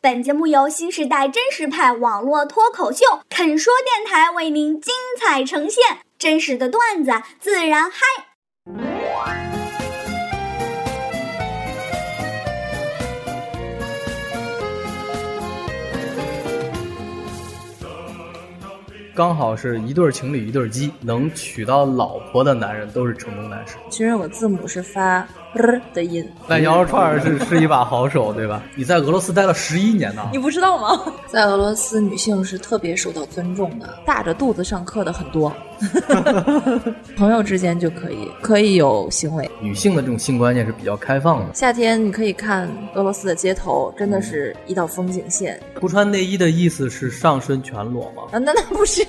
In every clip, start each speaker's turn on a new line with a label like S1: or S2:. S1: 本节目由新时代真实派网络脱口秀“肯说电台”为您精彩呈现，真实的段子自然嗨。
S2: 刚好是一对儿情侣一对儿鸡，能娶到老婆的男人都是成功男士。
S3: 其实我字母是发 r 的音，
S2: 卖羊肉串儿是是一把好手，对吧？你在俄罗斯待了十一年呢，
S4: 你不知道吗？
S3: 在俄罗斯女性是特别受到尊重的，大着肚子上课的很 多，朋友之间就可以可以有行为。
S2: 女性的这种性观念是比较开放的，
S3: 夏天你可以看俄罗斯的街头，真的是
S4: 嗯
S3: 一道风景线。
S2: 不穿内衣的意思是上身全裸吗？
S3: 啊，那 那不是，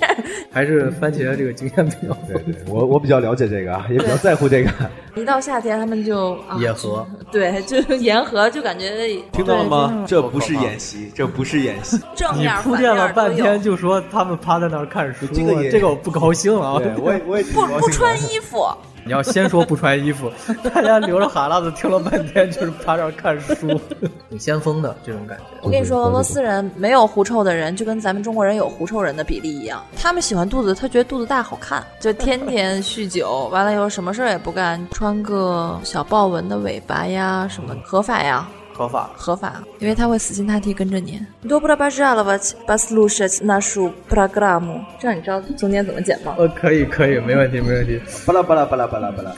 S2: 还是番茄这个经验 比较丰
S5: 对对，我我比较了解这个啊，也比较在乎这个。
S3: 一到夏天他们就、啊、
S2: 野合，
S3: 对，就沿河就感觉
S6: 听到了
S7: 哦
S6: 吗？这不是演习，这不是演习。
S3: 正
S2: 你
S3: 面
S2: 铺
S3: 反
S2: 垫了
S3: 面都
S2: 半天
S3: 有。
S2: 就说他们趴在那儿看书，
S5: 这个也
S2: 这个我不高兴了 啊。
S5: 对，我也我也挺
S3: 不
S5: 高
S3: 不
S5: 兴的
S3: 穿衣服，
S2: 你要先说不穿 衣服，大家流着哈喇子听了半天，就是趴这儿看书，挺先锋的这种感觉。
S3: 我跟你说，俄罗斯人没有狐臭的人，就跟咱们中国人有狐臭人的比例一样。他们喜欢肚子，他觉得肚子大好看，就天天酗酒，完了以后什么事儿也不干，穿个小豹纹的尾巴呀，什么合法呀。
S2: 合法，
S3: 合法，嗯因为他会死心塌地跟着你。Добро пожаловать, послушать нашу программу。这样你知道中间怎么剪吗？
S2: 呃，可以可以，没问题没问题。
S5: 巴拉巴拉巴拉巴拉巴拉。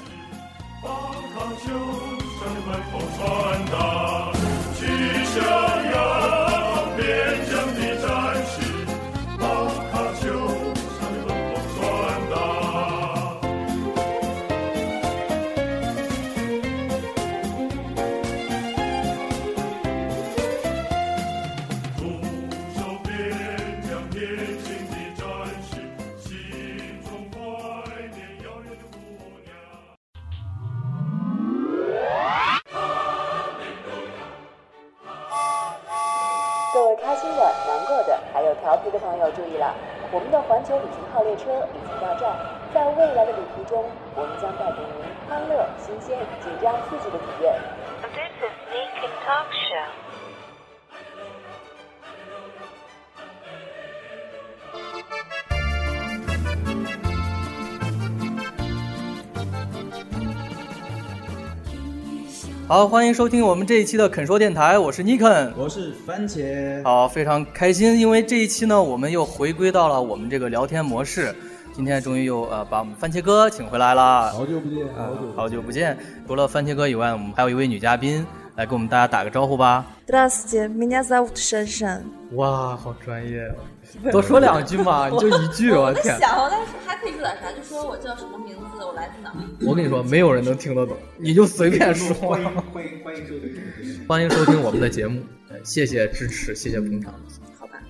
S8: 各位开心的、呃难过的，还有调皮的朋友注意了，我们的环球旅行号列车已经到站，在未来的旅途中，我们将带给您欢乐、新鲜、紧张、刺激的体验。
S9: This is Nick and Talk Show.
S2: 好，欢迎收听我们这一期的肯说电台，我是 Nikon。
S7: 我是番 茄。
S2: 好，非常开心，因为这一期呢，我们又回归到了我们这个聊天模式。今天终于又呃把我们番茄哥请回来了，啊
S7: 好久不见，好久
S2: 好久不见。除了番茄哥以外，我们还有一位女嘉宾来给我们大家打个招呼吧。
S3: Здравствуйте, меня зовут Шаншан。
S2: 哇，好专业哦！多说两句嘛，你就一句，我天！
S3: 我当时还可以说点啥，就说我叫什么名字，我来自哪。
S2: 我跟你说，没有人能听 得懂，你就随便说。
S7: 欢迎欢迎欢迎收听。
S2: 欢迎收听我们的节目，呃谢谢支持，谢谢捧场。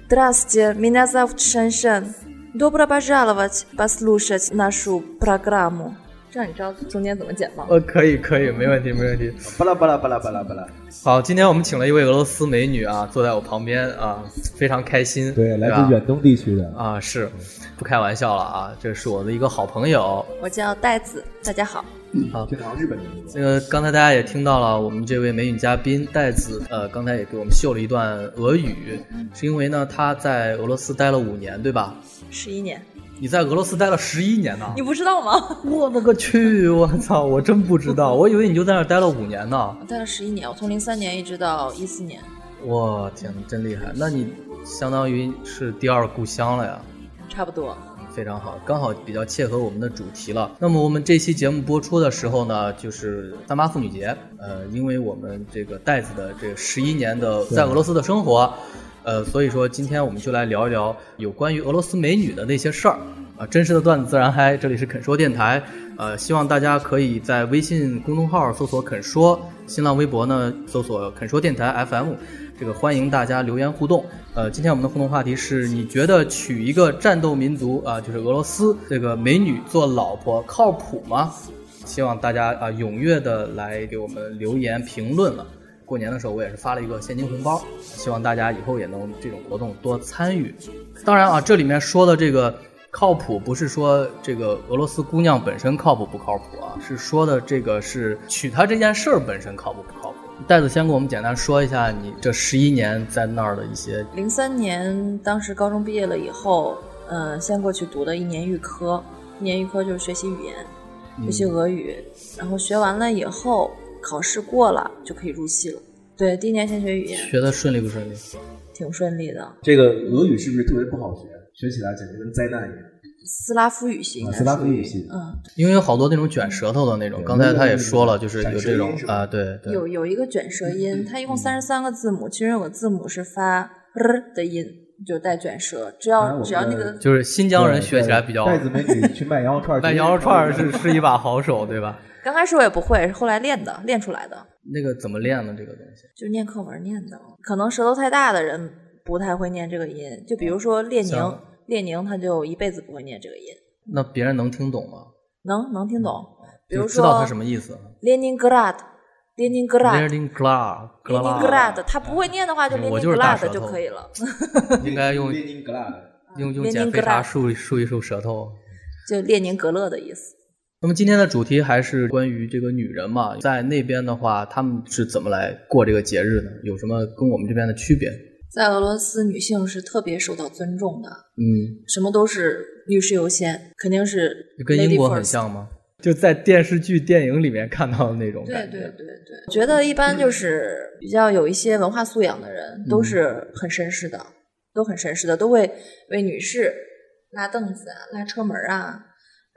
S3: Здравствуйте, меня зовут Шаншан。Добро пожаловать, послушать нашу программу。这样你知道中间怎么剪吗？
S2: 呃，可以，可以，没问题，没问题。
S5: 巴拉巴拉巴拉巴拉巴拉，
S2: 好，今天我们请了一位俄罗斯美女啊，坐在我旁边啊，非常开心。
S7: 对，来
S2: 吧
S7: 自远东地区的，
S2: 啊，是，不开玩笑了啊，这是我的一个好朋友。
S3: 我叫袋子，大家好。
S7: 这好像日本人。
S2: 那个刚才大家也听到了，我们这位美女嘉宾戴子，呃，刚才也给我们秀了一段俄语，是因为呢，她在俄罗斯待了五年，对吧？
S3: 十一年，
S2: 你在俄罗斯待了十一年呢
S3: 你？不知道吗？
S2: 我勒个去！我操！我真不知道，我以为你就在那儿待了五年呢。
S3: 我待了十一年，我从零三年一直到一四年，
S2: 我天哪，真厉害！那你相当于是第二故乡了呀。
S3: 差不多。
S2: 非常好，刚好比较切合我们的主题了。那么我们这期节目播出的时候呢，就是三八妇女节。呃，因为我们这个袋子的这十一年的在俄罗斯的生活，呃，所以说今天我们就来聊一聊有关于俄罗斯美女的那些事儿。啊，真实的段子自然嗨，这里是肯说电台。呃，希望大家可以在微信公众号搜索“肯说”，新浪微博呢搜索“肯说电台 FM”。这个欢迎大家留言互动。呃，今天我们的互动话题是：你觉得娶一个战斗民族啊、就是俄罗斯这个美女做老婆靠谱吗？希望大家啊、踊跃的来给我们留言评论了。过年的时候，我也是发了一个现金红包，希望大家以后也能这种活动多参与。当然啊，这里面说的这个靠谱，不是说这个俄罗斯姑娘本身靠谱不靠谱啊，是说的这个是娶她这件事儿本身靠谱不靠谱。袋子先给我们简单说一下你这十一年在那儿的一些
S3: 零三年当时高中毕业了以后，嗯、先过去读的一年预科，一年预科就是学习语言，
S7: 嗯
S3: 学习俄语，然后学完了以后考试过了就可以入系了。对，第一年先学语言，
S2: 学的顺利不顺利？
S3: 挺顺利的，
S7: 这个俄语是不是特别不好学？学起来简直跟灾难一样。
S3: 斯拉夫语系应
S7: 啊
S3: 该
S7: 斯拉
S3: 属
S7: 夫语
S3: 于
S7: 系
S3: 嗯，
S2: 因为有好多那种卷舌头的那种，
S7: 对
S2: 刚才他也说了，就是
S7: 卷
S2: 有
S7: 舌
S2: 这种
S7: 音是吧
S2: 啊，对对，
S3: 有有一个卷舌
S7: 嗯
S3: 音，它一共三十三个字母，其中有个字母是发 r 的音，就带卷舌。只
S7: 啊当
S3: 要
S7: 然我们
S3: 只要那个
S7: 的
S2: 就是新疆人学起来比较
S7: 袋子美女去卖羊肉 串儿，
S2: 卖羊肉串 儿是是一把好手，对吧？
S3: 刚开始我也不会，是后来练的，练出来的，
S2: 那个怎么练呢？这个东西
S3: 就是念课文念的。可能舌头太大的人不太会念这个音，就比如说列宁
S2: 像，
S3: 列宁他就一辈子不会念这个音，
S2: 那别人能听懂吗？
S3: 能能听懂。比
S2: 嗯就
S3: 如
S2: 知道
S3: 说
S2: 它什么意思。
S3: 列宁格勒，列宁格
S2: l
S3: 勒，
S2: e a r
S3: 列
S2: n i n g glad
S3: 宁格勒，他不会念的话就
S2: 嗯
S3: 列
S2: 我
S3: 宁
S2: 就
S3: 格
S2: 是大
S3: 勒
S2: 舌头
S3: 就可以了。
S2: 应该用
S7: 列宁格拉的。
S2: 用用
S3: 列
S2: 减
S3: 宁
S2: 肥
S3: 格
S2: 茶
S3: 拉
S2: 漱一漱一漱舌头。
S3: 就列宁格勒的意思。
S2: 那么今天的主题还是关于这个女人嘛，在那边的话，她们是怎么来过这个节日呢？有什么跟我们这边的区别？
S3: 在俄罗斯，女性是特别受到尊重的，
S2: 嗯，
S3: 什么都是女士优先，肯定是
S2: 就跟
S3: lady
S2: 英国
S3: first
S2: 很像吗？就在电视剧、电影里面看到的那种
S3: 对
S2: 感觉。
S3: 对对对，觉得一般就是比较有一些文化素养的人，都是很绅士的，都很绅士的，都会为女士拉凳子啊、拉车门啊，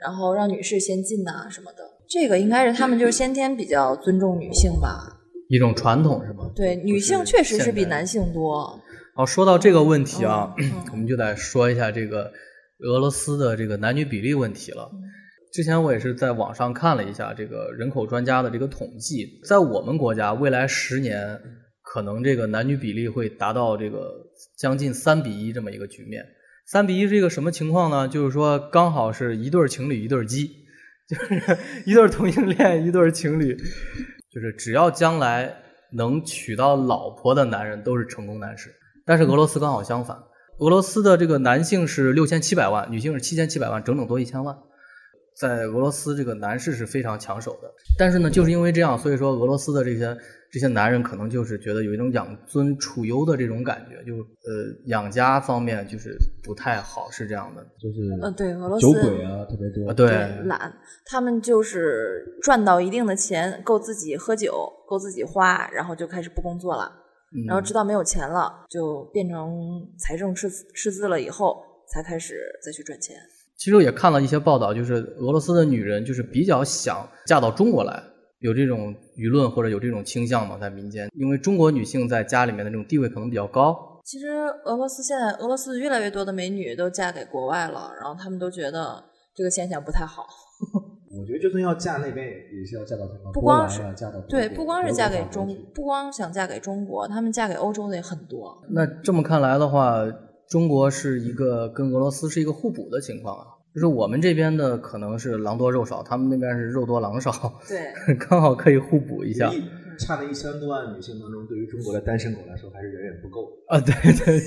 S3: 然后让女士先进呐、什么的。这个应该是他们就是先天比较尊重女性吧？
S2: 一种传统是吗？
S3: 对，女性确实是比男性多。
S2: 哦，说到这个问题啊，
S3: 嗯嗯
S2: 我们就得说一下这个俄罗斯的这个男女比例问题了。
S3: 嗯
S2: 之前我也是在网上看了一下这个人口专家的这个统计，在我们国家未来十年，可能这个男女比例会达到这个将近三比一这么一个局面。三比一是一个什么情况呢？就是说刚好是一对儿情侣一对儿鸡， 就是一对儿同性恋一对儿情侣，就是只要将来能娶到老婆的男人都是成功男士。但是俄罗斯刚好相反，俄罗斯的这个男性是六千七百万，女性是七千七百万，整整多一千万。在俄罗斯，这个男士是非常抢手的，但是呢，就是因为这样，所以说俄罗斯的这些这些男人可能就是觉得有一种养尊处优的这种感觉，就呃养家方面就是不太好，是这样的。
S7: 就是
S3: 呃，对，俄罗斯
S7: 酒鬼啊，特别多
S2: 啊，。对，
S3: 懒，他们就是赚到一定的钱，够自己喝酒，够自己花，然后就开始不工作了。
S2: 嗯
S3: 然后知道没有钱了，就变成财政赤字赤字了以后，才开始再去赚钱。
S2: 其实我也看了一些报道，就是俄罗斯的女人就是比较想嫁到中国来，有这种舆论或者有这种倾向嘛，在民间，因为中国女性在家里面的这种地位可能比较高。
S3: 其实俄罗斯现在俄罗斯越来越多的美女都嫁给国外了，然后他们都觉得这个现象不太好。
S2: 嗯
S7: 我觉得就算要嫁那边，也也是要嫁到什么
S3: 不
S7: 波
S3: 光
S7: 兰
S3: 是
S7: 啊，嫁到德
S3: 对，
S7: 国
S3: 不光是嫁给
S7: 德国
S3: 中，不光想嫁给中国，他们嫁给欧洲的也很多。
S2: 那这么看来的话，中国是一个跟俄罗斯是一个互补的情况啊，就是我们这边的可能是狼多肉少，他们那边是肉多狼少，
S3: 对，
S2: 刚好可以互补一下
S7: 一差那一千多万女性当中，对于中国的单身狗来说还是远远不够。
S2: 啊。对对对，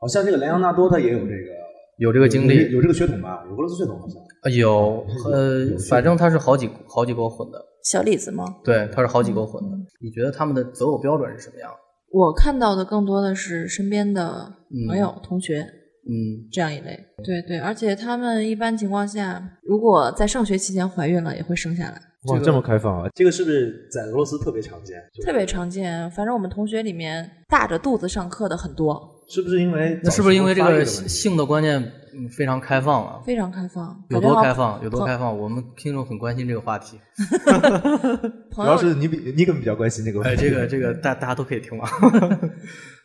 S7: 好像这个莱昂纳多他也有这个
S2: 有这个经
S7: 有
S2: 历，
S7: 有这个血统吧？有俄罗斯血统好像。
S2: 啊有呃
S7: 有，
S2: 反正它是好几好几国混的。
S3: 小李子吗？
S2: 对，它是好几个混的。你觉得他们的择偶标准是什么样？
S3: 我看到的更多的是身边的朋友、同学
S2: 嗯，
S3: 这样一类。对对，而且他们一般情况下，如果在上学期间怀孕了，也会生下来，
S5: 哇，这么开放啊！
S7: 这个是不是在俄罗斯特别常见？就是
S3: 特别常见。反正我们同学里面大着肚子上课的很多，
S7: 是不是因为
S2: 那是不是因为这
S7: 早熟发育
S2: 个
S7: 的问题
S2: 性的观念嗯非常开放了？
S3: 非常开放，
S2: 有
S3: 感觉
S2: 多
S3: 好
S2: 开
S3: 像
S2: 放？有多开放？我们听众很关心这个话题。
S3: 朋
S7: 主要
S3: 友
S7: 是你比你可能比较关心这个 问
S2: 哎，
S7: 题。
S2: 这个这个大大家都可以听嘛，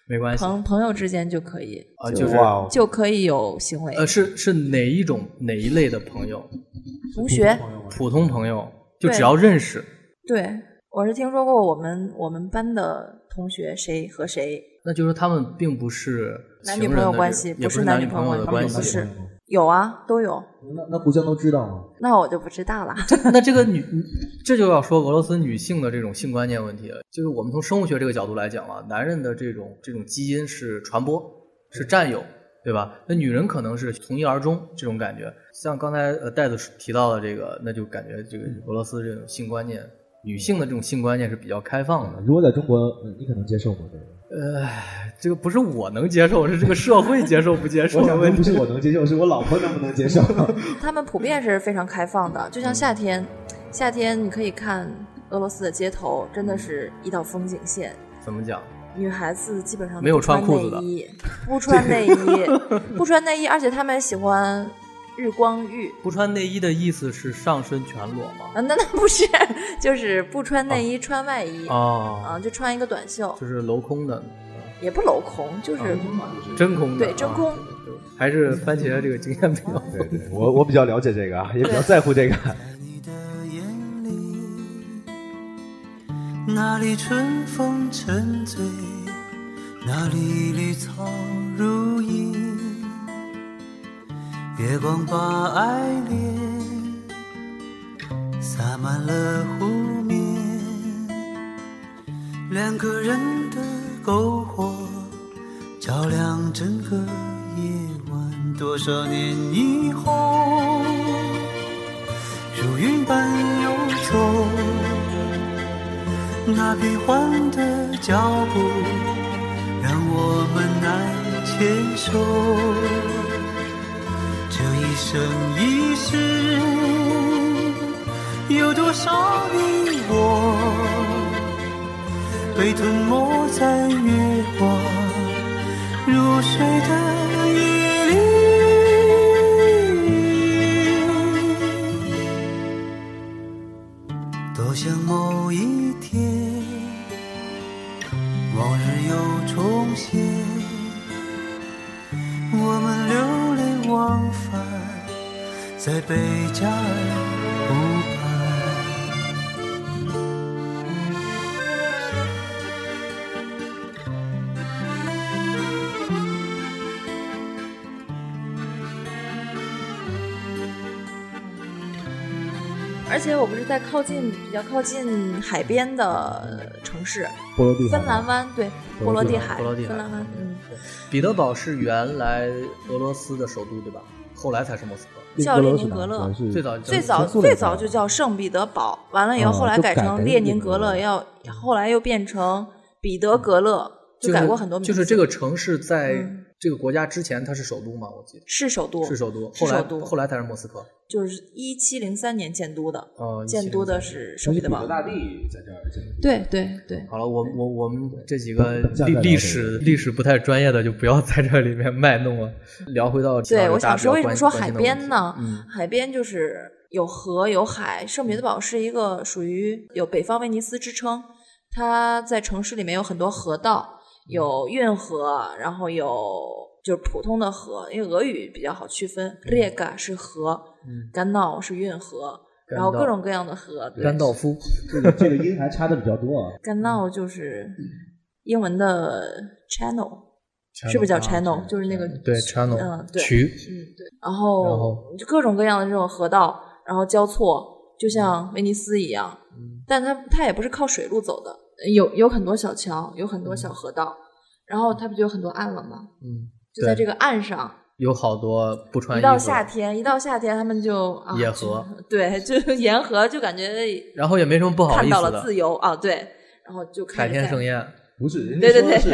S2: 没关系
S3: 朋朋友之间就可以
S2: 啊，就是
S7: 哇哦，
S3: 就可以有行为，
S2: 呃，是是哪一种哪一类的朋友？
S3: 同学
S2: 普通朋友，就
S3: 对
S2: 只要认识。
S3: 对。我是听说过我们我们班的同学谁和谁
S2: 那就是他们并不是
S3: 男
S2: 情
S3: 女
S2: 人
S3: 朋友
S2: 的
S3: 关
S2: 这
S3: 系
S2: 种
S3: 不
S2: 也
S3: 是
S2: 是
S3: 男
S2: 男
S3: 女
S2: 女
S3: 朋
S2: 友
S3: 友
S2: 的
S3: 他
S2: 关
S3: 们不
S2: 系。
S3: 是有啊都有，
S7: 那那互相都知道吗？
S3: 那我就不知道了。
S2: 那这个女，这就要说俄罗斯女性的这种性观念问题了。就是我们从生物学这个角度来讲啊，男人的这种这种基因是传播，是占有，对吧？那女人可能是从一而终这种感觉。像刚才呃袋子提到的这个，那就感觉这个俄罗斯这种性观念女性的这种性观念是比较开放的。
S7: 如果在中国，嗯你可能接受吗？这个？
S2: 呃，这个不是我能接受，是这个社会接受不 接受
S7: 我
S2: 的
S7: 想
S2: 问
S7: 问，
S2: 题。
S7: 不是我能接受，是我老婆能不能接受？
S3: 他们普遍是非常开放的，就像夏天，夏天你可以看俄罗斯的街头，真的是一道风景线。
S2: 怎么讲？
S3: 女孩子基本上
S2: 没有
S3: 不穿
S2: 穿裤子的
S3: 内衣，不 穿内衣，不穿内衣，而且她们喜欢日光浴。
S2: 不穿内衣的意思是上身全裸吗？
S3: 啊，那那不是，就是不穿内衣，穿外衣
S2: 哦，
S3: 啊，就穿一个短袖，
S2: 就是嗯镂空的，
S7: 嗯
S3: 也不镂空，就是
S2: 真空的，
S3: 对真空
S2: 啊对对还是番茄这个经验比较
S3: 嗯
S5: 对对，我我比较了解这 个啊，也比较在乎这个。
S4: 你的眼里，哪里春风沉醉，哪里绿草如茵。月光把爱恋洒满了湖面，两个人的篝火照亮整个夜晚。多少年以后。如云般游走，那变幻的脚步让我们难牵手。这一生一世，有多少你我被吞没在月光如水的夜里。多想某一天，往日又重现，我们流连忘返在贝加尔湖畔。
S3: 而且我不是在靠近比较靠近海边的城市，
S7: 波罗的海
S3: 芬兰湾，对，波罗的海，
S2: 波罗嗯的海
S3: 芬兰湾，嗯，
S2: 彼得堡是原来俄罗斯的首都，对吧？后来才是莫斯科。
S7: 那
S3: 叫
S7: 俄罗
S3: 列宁
S7: 斯
S3: 格勒
S7: 好像是
S2: 最早叫
S3: 最早
S7: 前苏联
S3: 最早就叫圣彼得堡，完了以后
S7: 哦
S3: 后来
S7: 就
S3: 改
S7: 改
S3: 成
S7: 成
S3: 列
S7: 列
S3: 宁
S7: 宁
S3: 格
S7: 格
S3: 勒，
S7: 勒
S3: 要后来又变成彼得格勒，
S2: 嗯就是
S3: 改过很多名字。
S2: 就是这个城市在
S3: 嗯
S2: 这个国家之前，它是首都嘛？我记得
S3: 是首都，
S2: 是首都，
S3: 是
S2: 后
S3: 首
S2: 来
S3: 都，
S2: 后来才是莫斯科。
S3: 就是一七零三年建都的，
S2: 呃，
S3: 建都的
S2: 是。
S3: 是圣彼得堡。
S7: 帝在这儿建立
S3: 对对对，
S2: 好了，我我我们这几个
S7: 下
S2: 历
S7: 面聊
S2: 历
S7: 这
S2: 史历史不太专业的就不要在这里面卖弄了。聊回到
S3: 对，我
S2: 大家
S3: 想说，为
S2: 比较
S3: 什么
S2: 关
S3: 说
S2: 关
S3: 海
S2: 心的问
S3: 边
S2: 题
S3: 呢？
S2: 嗯，
S3: 海边就是有河有海，圣彼得堡是一个属于有北方威尼斯之称，它在城市里面有很多河道，有运河，然后有就是普通的河，因为俄语比较好区分 r e g a 是河
S2: 嗯
S3: 干 a 是运河，
S2: 干
S3: 然后各
S2: 道
S3: 种各样的河，对
S2: 甘道夫，
S7: 这个这个音还差的比较多啊。
S3: 干 a 就是
S2: 嗯
S3: 英文的 channel，是不是叫 channel？就是那个
S2: 啊对 channel
S3: 嗯对
S2: 渠，
S3: 嗯，对。然
S2: 然
S3: 后
S2: 后嗯
S3: 就各种各样的这种河道，然后交错，就像威尼斯一样，但它它也不是靠水路走的，有有很多小桥，有很多小河道，然后它不就有很多岸了吗？
S2: 嗯，
S3: 就在
S2: 对
S3: 这个岸上，
S2: 有好多不穿
S3: 一
S2: 衣服
S3: 到
S2: 的，
S3: 夏天，一到夏天，他们就啊，
S2: 野
S3: 就
S2: 河，
S3: 对，就 沿河，就感觉
S2: 然后也没什么不好
S3: 看
S2: 意
S3: 到
S2: 思
S3: 了
S2: 的。
S3: 自由啊，对，然后就开
S2: 海
S3: 始
S2: 天
S3: 在
S2: 盛宴，
S7: 不是，人
S3: 对对对
S7: 是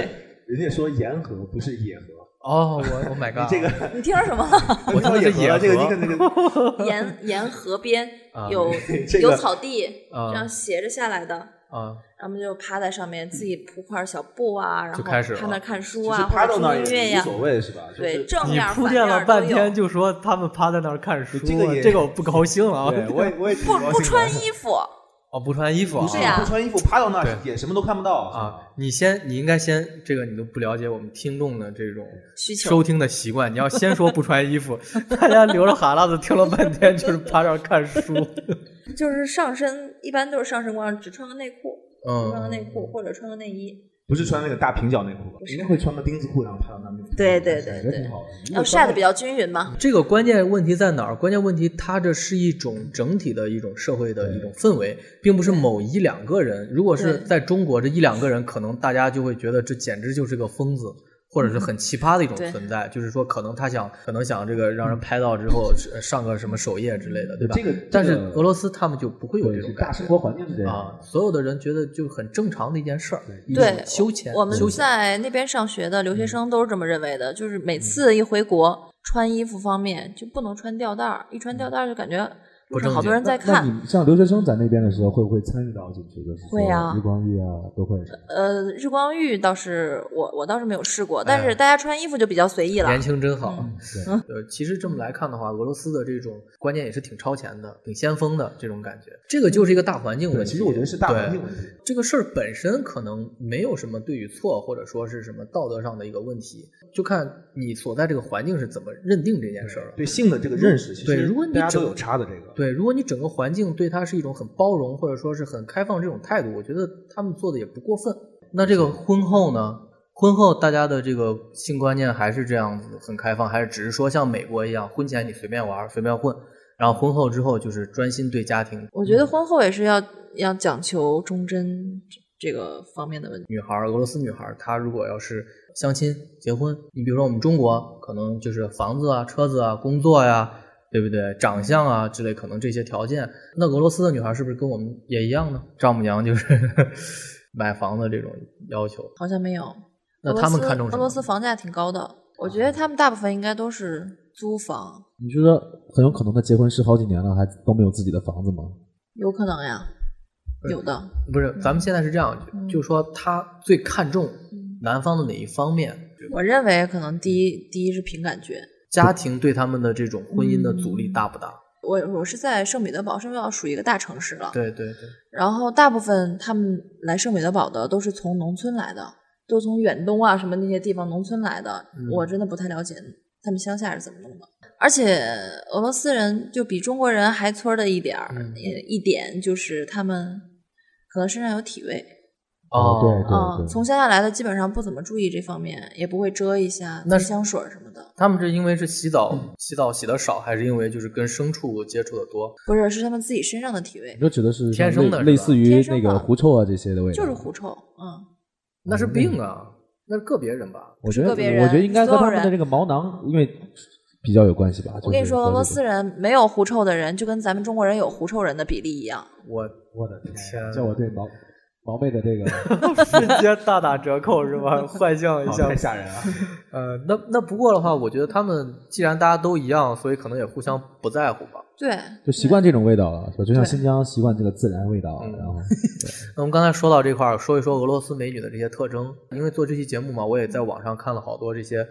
S7: 人家说沿河不是野河，
S2: 哦，我 Oh my god！
S5: 这个
S3: 你听着什么 了？
S2: 我听的 是野
S5: 了，这个
S2: 河
S5: 你 看这个，
S3: 沿沿河边
S2: 啊
S3: 有
S5: 这
S3: 有
S5: 个
S3: 草地，
S2: 啊
S3: 这样斜着下来的，
S2: 啊，
S3: 他们就趴在上面，自己铺块小布啊，然
S2: 嗯
S3: 后
S2: 就开始了
S3: 看那看书
S5: 就是
S3: 啊，
S5: 趴
S3: 或者
S5: 到那儿
S3: 听音乐
S5: 也无
S3: 呀，
S5: 所谓是吧？就是
S3: 对，正
S2: 你
S3: 面
S2: 铺
S3: 反
S2: 垫
S3: 面
S2: 了
S3: 都
S2: 半天
S3: 有
S2: 就说他们趴在那儿看书，
S5: 这个也
S2: 这个我不高兴了啊！
S5: 对，我也我也挺
S3: 不
S5: 高
S3: 不
S5: 兴的
S3: 穿衣服，
S2: 哦，不穿衣服啊
S5: 不是
S3: 对呀
S5: 你不穿衣服趴到那儿
S2: 对
S5: 也什么都看不到
S2: 啊！你先，你应该先，这个你都不了解我们听众的这种
S3: 需求
S2: 收听的习惯。你要先说不穿衣服， 大家流着哈喇子听了半天，就是趴这儿看书。
S3: 就是上身一般都是上身光，只穿个内裤，穿个内
S2: 嗯，
S3: 裤或者穿个内衣，
S5: 不是穿那个大平角内裤吧？
S7: 人家会穿个丁字裤，然后趴到那边。
S3: 对对对
S7: 感觉
S3: 对
S7: 挺好的。
S3: 要晒的比较均匀嘛。
S2: 这个关键问题在哪儿？关键问题，它这是一种整体的一种社会的一种氛围，并不是某一两个人。如果是
S3: 对
S2: 在中国，这一两个人，可能大家就会觉得这简直就是个疯子，或者是很奇葩的一种
S3: 嗯对
S2: 存在，就是说可能他想可能想这个让人拍到之后呃上个什么首页之类的，对吧？
S7: 这个，
S2: 但是
S7: 这个
S2: 俄罗斯他们就不会有这种
S7: 对
S2: 感
S7: 大
S2: 觉
S7: 生活环境是这样的
S2: 啊，所有的人觉得就很正常的一件事儿，一种
S3: 对
S2: 休闲，
S3: 我们
S2: 休闲嗯
S3: 在那边上学的留学生都是这么认为的，就是每次一回国穿衣服方面就不能穿吊带儿，一穿吊带儿就感觉
S2: 嗯不
S3: 路
S2: 正
S3: 上好
S2: 经
S3: 多人在
S7: 那
S3: 看。
S7: 你像留学生在那边的时候，会不会参与到进去？就是说
S3: 会啊
S7: 日光浴啊，都会。
S3: 呃，日光浴倒是我我倒是没有试过，但
S2: 哎
S3: 是大家穿衣服就比较随意了。
S2: 年轻真好。
S7: 对
S2: 呃，其实这么来看的话，俄罗斯的这种观念也是挺超前的、挺先锋的这种感觉。这个就是一个大环境问
S7: 对，
S2: 题。
S7: 其实我觉得是大环境
S2: 对
S7: 问题。
S2: 这个事儿本身可能没有什么对与错，或者说是什么道德上的一个问题，就看你所在这个环境是怎么认定这件事儿了。
S5: 对性的这个认识，其
S2: 对
S5: 实
S2: 如果你
S5: 大家都
S2: 整
S5: 有差的这个，
S2: 对，如果你整个环境对它是一种很包容或者说是很开放这种态度，我觉得他们做的也不过分。那这个婚后呢？婚后大家的这个性观念还是这样子很开放，还是只是说像美国一样，婚前你随便玩儿随便混，然后婚后之后就是专心对家庭。
S3: 我觉得婚后也是要要讲求忠贞这个方面的问题。
S2: 女孩儿，俄罗斯女孩儿，她如果要是相亲结婚，你比如说我们中国，可能就是房子啊、车子啊、工作呀、对不对？长相啊之类，可能这些条件，那俄罗斯的女孩儿是不是跟我们也一样呢？丈母娘就是 买房子这种要求，
S3: 好像没有。
S2: 那
S3: 俄罗
S2: 他们
S3: 斯
S2: 看重什
S3: 俄
S2: 么啊
S3: 罗？斯房价挺高的，我觉得他们大部分应该都是租房，
S7: 你觉得很有可能他结婚是好几年了，还都没有自己的房子吗？
S3: 有可能呀，
S2: 嗯
S3: 有的。
S2: 不是，咱们现在是这样，
S3: 嗯
S2: 就是说她最看重
S3: 嗯
S2: 男方的哪一方面？
S3: 我认为可能第一第一是凭感觉。
S2: 家庭对他们的这种婚姻的阻力大不
S7: 嗯
S2: 大？
S3: 我我是在圣彼得堡，圣彼得堡属于一个大城市了。
S2: 对对对，
S3: 然后大部分他们来圣彼得堡的都是从农村来的，都从远东啊什么那些地方农村来的。
S2: 嗯
S3: 我真的不太了解他们乡下是怎么弄的。而且俄罗斯人就比中国人还村儿的一点儿、
S2: 嗯
S3: 也一点就是他们可能身上有体味
S7: 哦对对
S3: 啊、从乡下来的基本上不怎么注意这方面，也不会遮一下
S2: 那
S3: 喷
S2: 是
S3: 香水儿什么的。
S2: 他们是因为是洗澡、洗澡洗的少，还是因为就是跟牲畜接触的多？
S3: 不是，是他们自己身上的体味
S7: 你，就指的是
S2: 天
S7: 像
S2: 生的是
S7: 类
S2: 吧
S7: 类似于
S3: 天生
S7: 那
S3: 的
S7: 个狐臭啊这些的味道，
S3: 就是狐臭。嗯，
S2: 那是病啊，那是个别人吧？
S7: 我觉得
S3: 个别
S7: 我觉得
S3: 人
S7: 应该
S3: 所
S7: 和
S3: 有
S7: 他们的
S3: 人
S7: 这个毛囊因为比较有关系吧。
S3: 我跟你说，
S7: 就是
S3: 俄罗斯人没有狐臭的人，就跟咱们中国人有狐臭人的比例一样。
S2: 我
S7: 我的天
S2: 天
S7: 啊，叫我对毛毛妹的 这个
S2: 瞬 间大打折扣是吧？幻象一
S5: 啊
S2: 下
S5: 太，吓人 了。
S2: 呃，那那不过的话，我觉得他们既然大家都一样，所以可能也互相不在乎吧。
S3: 对，
S7: 就习惯这种味道了，是吧？就像
S3: 对
S7: 新疆习惯这个自然味道，
S2: 嗯
S7: 然后
S2: 那我们刚才说到这块儿，说一说俄罗斯美女的这些特征。因为做这期节目嘛，我也在网上看了好多这些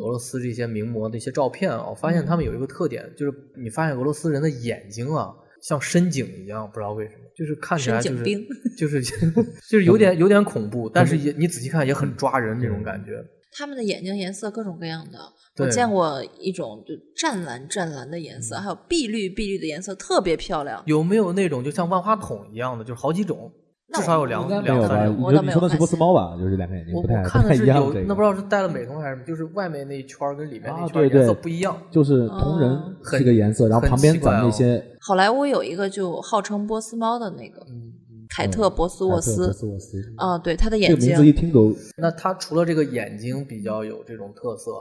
S2: 俄罗斯这些名模的一些照片啊，我发现他们有一个特点，就是你发现俄罗斯人的眼睛啊，像深井一样，不知道为什么，就是看起来就
S3: 深
S2: 是
S3: 井 冰
S2: 就是就是有点有点恐怖，但是也你仔细看也很抓人那种感觉。
S7: 嗯
S3: 他们的眼睛颜色各种各样的，
S2: 对
S3: 我见过一种就湛蓝湛蓝的颜
S7: 嗯
S3: 色，还有碧绿碧绿的颜色，特别漂亮。
S2: 有没有那种就像万花筒一样的，就是好几种，
S3: 那
S2: 至
S3: 我
S2: 少有两
S7: 应该没
S2: 两
S7: 有
S2: 三
S7: 吧？
S2: 种。
S7: 你
S3: 我
S7: 说
S3: 倒
S7: 你
S3: 没
S7: 说
S3: 有
S7: 的是
S3: 发
S7: 波斯
S3: 现
S7: 猫吧？就是两个眼睛
S2: 我
S7: 不太
S2: 我
S7: 不
S2: 看
S7: 太
S2: 的
S7: 一
S2: 是
S7: 样
S2: 有
S7: 这个，，
S2: 那不知道是戴了美瞳还是什么，就是外面那一圈儿跟里面那
S7: 啊
S2: 一圈儿
S7: 对
S2: 颜色
S7: 对
S2: 不一样。
S7: 就是
S3: 嗯
S7: 同人
S2: 很
S7: 是个颜色，然后
S2: 很
S7: 旁边
S2: 奇怪
S7: 咱们
S2: 哦
S7: 那些
S3: 好莱坞有一个就号称波斯猫的那个
S2: 嗯
S3: 凯特·博斯沃
S7: 哦凯特
S3: 斯
S7: 波，斯沃斯
S3: 啊、对，她的
S7: 这
S3: 眼
S7: 个名
S3: 睛
S7: 字一听狗
S2: 那它除了这个眼睛比较有这种特色，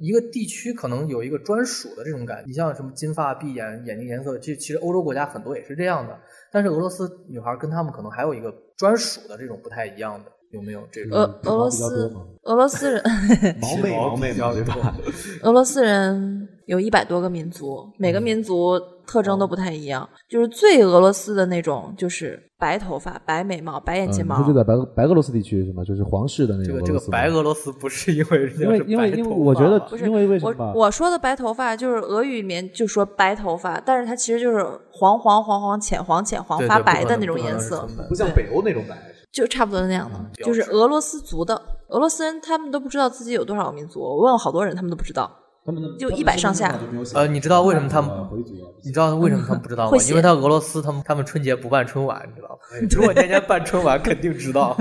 S2: 一个地区可能有一个专属的这种感觉。你像什么金发碧眼、眼睛颜色，这其实欧洲国家很多也是这样的。但是俄罗斯女孩跟她们可能还有一个专属的这种不太一样的，有没有这种？
S3: 俄
S7: 头
S3: 俄罗
S7: 比较
S3: 斯
S7: 多嘛嗯
S3: 俄罗斯人
S5: 毛妹呃毛妹嘛，对吧？
S3: 俄罗斯人有一百多个民族，每
S7: 嗯
S3: 个民族特征都
S7: 哦
S3: 不太一样。就是最俄罗斯的那种，就是白头发、白眉毛、白眼睫毛
S7: 嗯、你说就在白俄白俄罗斯地区是吗？就是皇室的那
S2: 这
S7: 种
S2: 个
S7: 俄
S2: 这
S7: 罗
S2: 个
S7: 斯吗
S2: 白俄罗斯不是因为人家
S7: 因为
S2: 是
S7: 因为
S2: 白
S7: 因为
S2: 头
S7: 我
S2: 发
S7: 觉得
S2: 吧
S3: 不是
S7: 因为为什
S3: 我
S2: 啊
S7: 么
S3: 我说的白头发就是俄语里面就说白头发，但是它其实就是黄黄黄黄浅黄浅黄
S2: 对对
S3: 发
S2: 不
S3: 白
S2: 可
S3: 的
S2: 能
S3: 那种
S2: 不可
S3: 颜
S2: 能是
S3: 色
S2: 纯，白
S5: 不像北欧那种白，
S3: 就差不多那样的，
S2: 嗯
S3: 就是
S2: 标志
S3: 俄罗斯族的。俄罗斯人他们都不知道自己有多少个民族，我问了好多人，他们都不知道。
S7: 他们
S3: 就100上下
S2: 呃，你知道为什么他们
S5: 嗯
S7: 回族啊
S2: 你知道为什么他们不知道吗
S3: 会？写
S2: 因为他俄罗斯，他们他们春节不办春晚，你知道吗？如果年年办春晚，肯定知道。